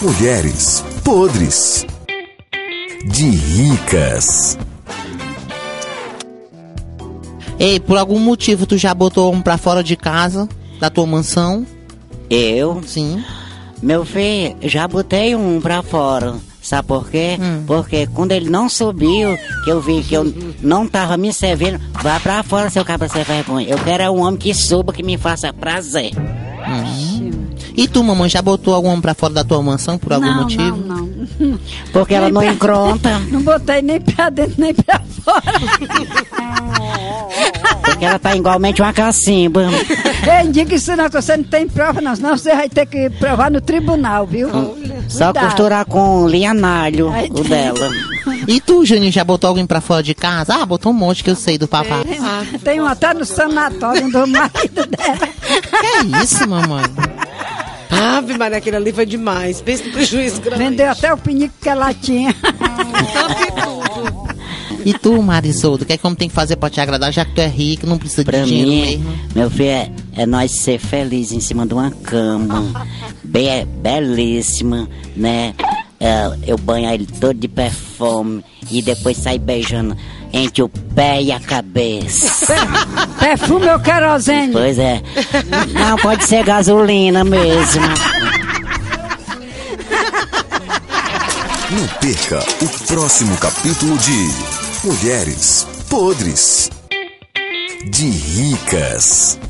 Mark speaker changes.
Speaker 1: Mulheres podres de ricas.
Speaker 2: Ei, por algum motivo tu já botou um pra fora de casa, da tua mansão?
Speaker 3: Eu,
Speaker 2: Sim.
Speaker 3: meu filho, já botei um pra fora. Sabe por quê? Porque quando ele não subiu, que eu vi que eu não tava me servindo, vá pra fora, seu cabra sem vergonha. Eu quero é um homem que suba, que me faça prazer.
Speaker 2: E tu, mamãe, já botou algum pra fora da tua mansão por algum
Speaker 4: não,
Speaker 2: motivo?
Speaker 4: não, não.
Speaker 3: Porque ela não encronta,
Speaker 4: Não botei nem pra dentro nem pra fora.
Speaker 3: porque ela tá igualmente uma cacimba.
Speaker 4: Ei, diga isso não, que você não tem prova, não. Senão você vai ter que provar no tribunal, viu?
Speaker 3: Só
Speaker 4: Cuidado.
Speaker 3: costurar com um linhanalho o dela.
Speaker 2: E tu, Juninho, já botou alguém pra fora de casa? Ah, botou um monte que eu sei do papá. Que
Speaker 4: Tem um até no sanatório do marido dela.
Speaker 2: é isso, mamãe?
Speaker 5: Ave Maria, aquele ali foi demais. Pensa no prejuízo grande.
Speaker 4: Vendeu até o pinico que ela tinha.
Speaker 2: E tu, Marisoldo, o que é que como tem que fazer pra te agradar, já que tu é rico, não precisa
Speaker 3: Pra
Speaker 2: de dinheiro
Speaker 3: mim,
Speaker 2: mesmo?
Speaker 3: meu filho, é, é nós ser feliz em cima de uma cama. Be belíssima, né? É, eu banho ele todo de perfume e depois sair beijando entre o pé e a cabeça.
Speaker 4: Perfume ou querosene.
Speaker 3: Pois é. Não, pode ser gasolina mesmo.
Speaker 1: Não perca o próximo capítulo de Mulheres podres de ricas.